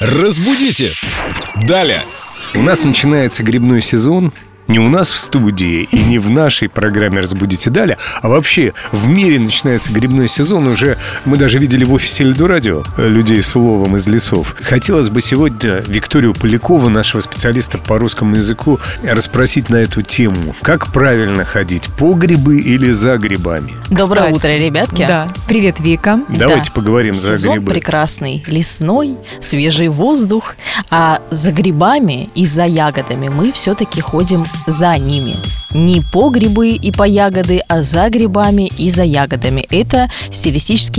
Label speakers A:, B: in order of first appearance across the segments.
A: Разбудите! Далее!
B: У нас начинается грибной сезон. Не у нас в студии и не в нашей программе «Разбудите Даля», а вообще в мире начинается грибной сезон. Уже мы даже видели в офисе Эльдорадио э, людей с уловом из лесов. Хотелось бы сегодня Викторию Полякову, нашего специалиста по русскому языку, расспросить на эту тему. Как правильно ходить, по грибы или за грибами?
C: Доброе
D: Кстати,
C: утро, ребятки.
D: Да. Привет, Вика.
B: Давайте
C: Да.
B: поговорим за
C: Сезон
B: грибы.
C: прекрасный, лесной, свежий воздух, а за грибами и за ягодами мы все-таки ходим за ними. Не по грибы и по ягоды, а за грибами и за ягодами. Это стилистически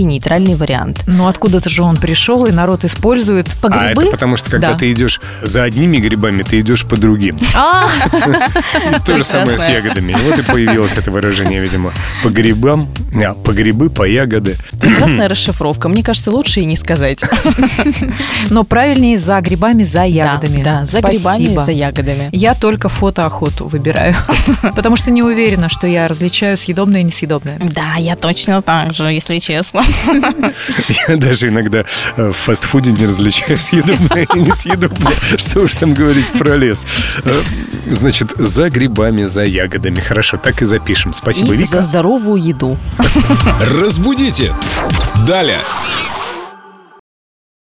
C: нейтральный вариант.
D: Ну откуда-то же он пришел, и народ использует по
B: А это потому, что когда
D: Да.
B: ты идешь за одними грибами, ты идешь по другим.
D: А,
B: То же самое с
C: Прекрасно.
B: ягодами. И вот и появилось это выражение, видимо. По грибам, а, по грибы, по ягоды.
C: Прекрасная расшифровка. Мне кажется, лучше и не сказать.
D: но правильнее за грибами, за ягодами.
C: Да, да, за
D: Спасибо.
C: грибами, за ягодами.
D: Я только фотоохоту выбираю, потому что не уверена, что я различаю съедобное и несъедобное.
C: Да, я точно так же, если честно.
B: Я даже иногда э, в фастфуде не различаю съедобное и несъедобное. Что уж там говорить про лес. Э, Значит, за грибами, за ягодами. Хорошо, так и запишем. Спасибо,
C: И
B: Вика.
C: за здоровую еду.
A: Разбудите! Далее!